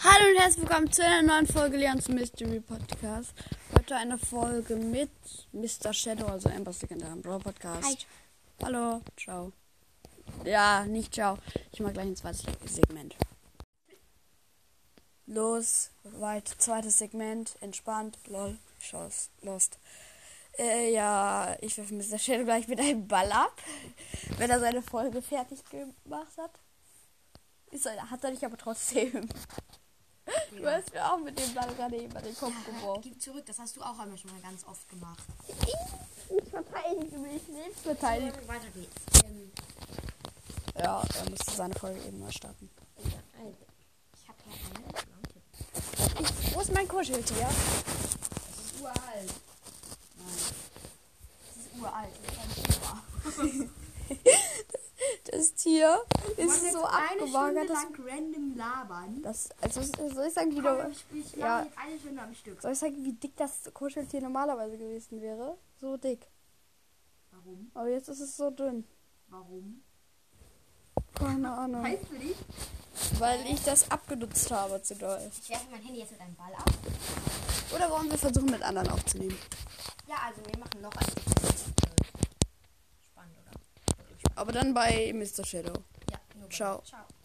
Hallo und herzlich willkommen zu einer neuen Folge Leons Mystery Podcast. Heute eine Folge mit Mr. Shadow, also Embers legendären Brawl Podcast. Hi. Hallo, ciao. Ja, nicht ciao. Ich mache gleich ein zweites Segment. Los, weit, zweites Segment, entspannt, lol, Schaus, lost. Äh, ja, ich werfe Mr. Shadow gleich mit einem Ball ab, wenn er seine Folge fertig gemacht hat. Ist er, hat er nicht, aber trotzdem. Du hast mir auch mit dem Ball gerade eben an den Kopf geworfen. Gib zurück, das hast du auch einmal schon mal ganz oft gemacht. Ich verteidige mich, nicht verteidige. Weiter geht's. Ähm, Ja, er musste seine Folge eben mal starten. ich habe ja eine Lampe. Wo ist mein Kuscheltier? Das ist uralt. Nein. Das ist uralt. Das Tier ist so eine abgewagert, Stunde dass lang random labern. das, also soll ich sagen, wie Komm, du, ich ich ja. ja. jetzt eine Stunde am Stück. soll ich sagen, wie dick das Kuscheltier normalerweise gewesen wäre? So dick. Warum? Aber jetzt ist es so dünn. Warum? Keine Ahnung. Weißt du nicht? Weil ich das abgenutzt habe zu doll. Ich werfe mein Handy jetzt mit einem Ball ab. Oder wollen wir versuchen, mit anderen aufzunehmen? Ja, also wir machen noch ein. Spannend, oder? Aber dann bei Mr. Shadow. Ja, nur Ciao. Ciao.